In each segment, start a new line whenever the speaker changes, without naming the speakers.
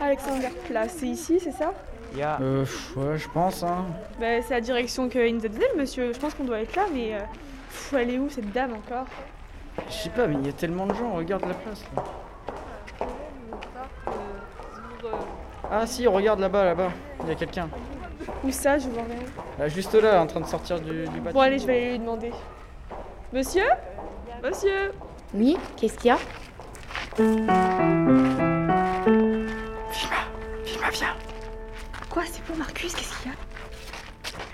Alexander Place, c'est ici, c'est ça
Yeah.
Euh, pff, ouais, je pense, hein.
Bah, C'est la direction qu'il nous a donnée, le monsieur. Je pense qu'on doit être là, mais. euh, pff, elle est où cette dame encore
Je sais pas, mais il y a tellement de gens, regarde la place là. Ah si, regarde là-bas, là-bas, il y a quelqu'un.
Où ça Je vous enverrai.
Là, juste là, en train de sortir du, du
Bon,
bâtiment.
allez, je vais aller lui demander. Monsieur Monsieur
Oui, qu'est-ce qu'il y a
Vilma, viens
Quoi, c'est pour Marcus Qu'est-ce qu'il y a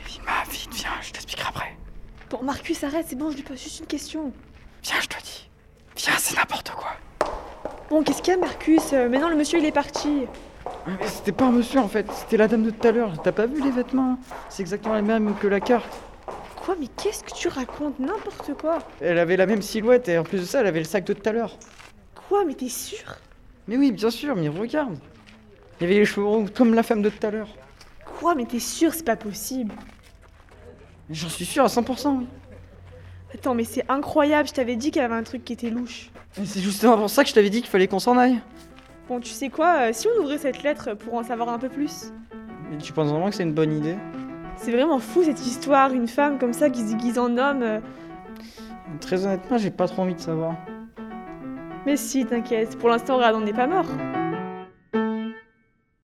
Vilma, vite, viens, je t'expliquerai après.
Bon, Marcus, arrête, c'est bon, je lui pose juste une question.
Viens, je te dis. Viens, c'est n'importe quoi.
Bon, qu'est-ce qu'il y a, Marcus Euh, Maintenant, le monsieur, il est parti.
Mais c'était pas un monsieur en fait, c'était la dame de tout à l'heure. T'as pas vu les vêtements C'est exactement les mêmes que la carte.
Quoi, mais qu'est-ce que tu racontes N'importe quoi
Elle avait la même silhouette et en plus de ça, elle avait le sac de tout à l'heure.
Quoi, mais t'es sûr
Mais oui, bien sûr, mais regarde. Il y avait les cheveux roux comme la femme de tout à l'heure.
Quoi, mais t'es sûr, c'est pas possible
J'en suis sûr à 100%, oui.
Attends, mais c'est incroyable, je t'avais dit qu'elle avait un truc qui était louche.
Mais C'est justement pour ça que je t'avais dit qu'il fallait qu'on s'en aille.
Bon, tu sais quoi, euh, si on ouvrait cette lettre pour en savoir un peu plus
Mais tu penses vraiment que c'est une bonne idée
C'est vraiment fou cette histoire, une femme comme ça qui se déguise en homme. euh.
Très honnêtement, j'ai pas trop envie de savoir.
Mais si, t'inquiète, pour l'instant, regarde, on n'est pas mort.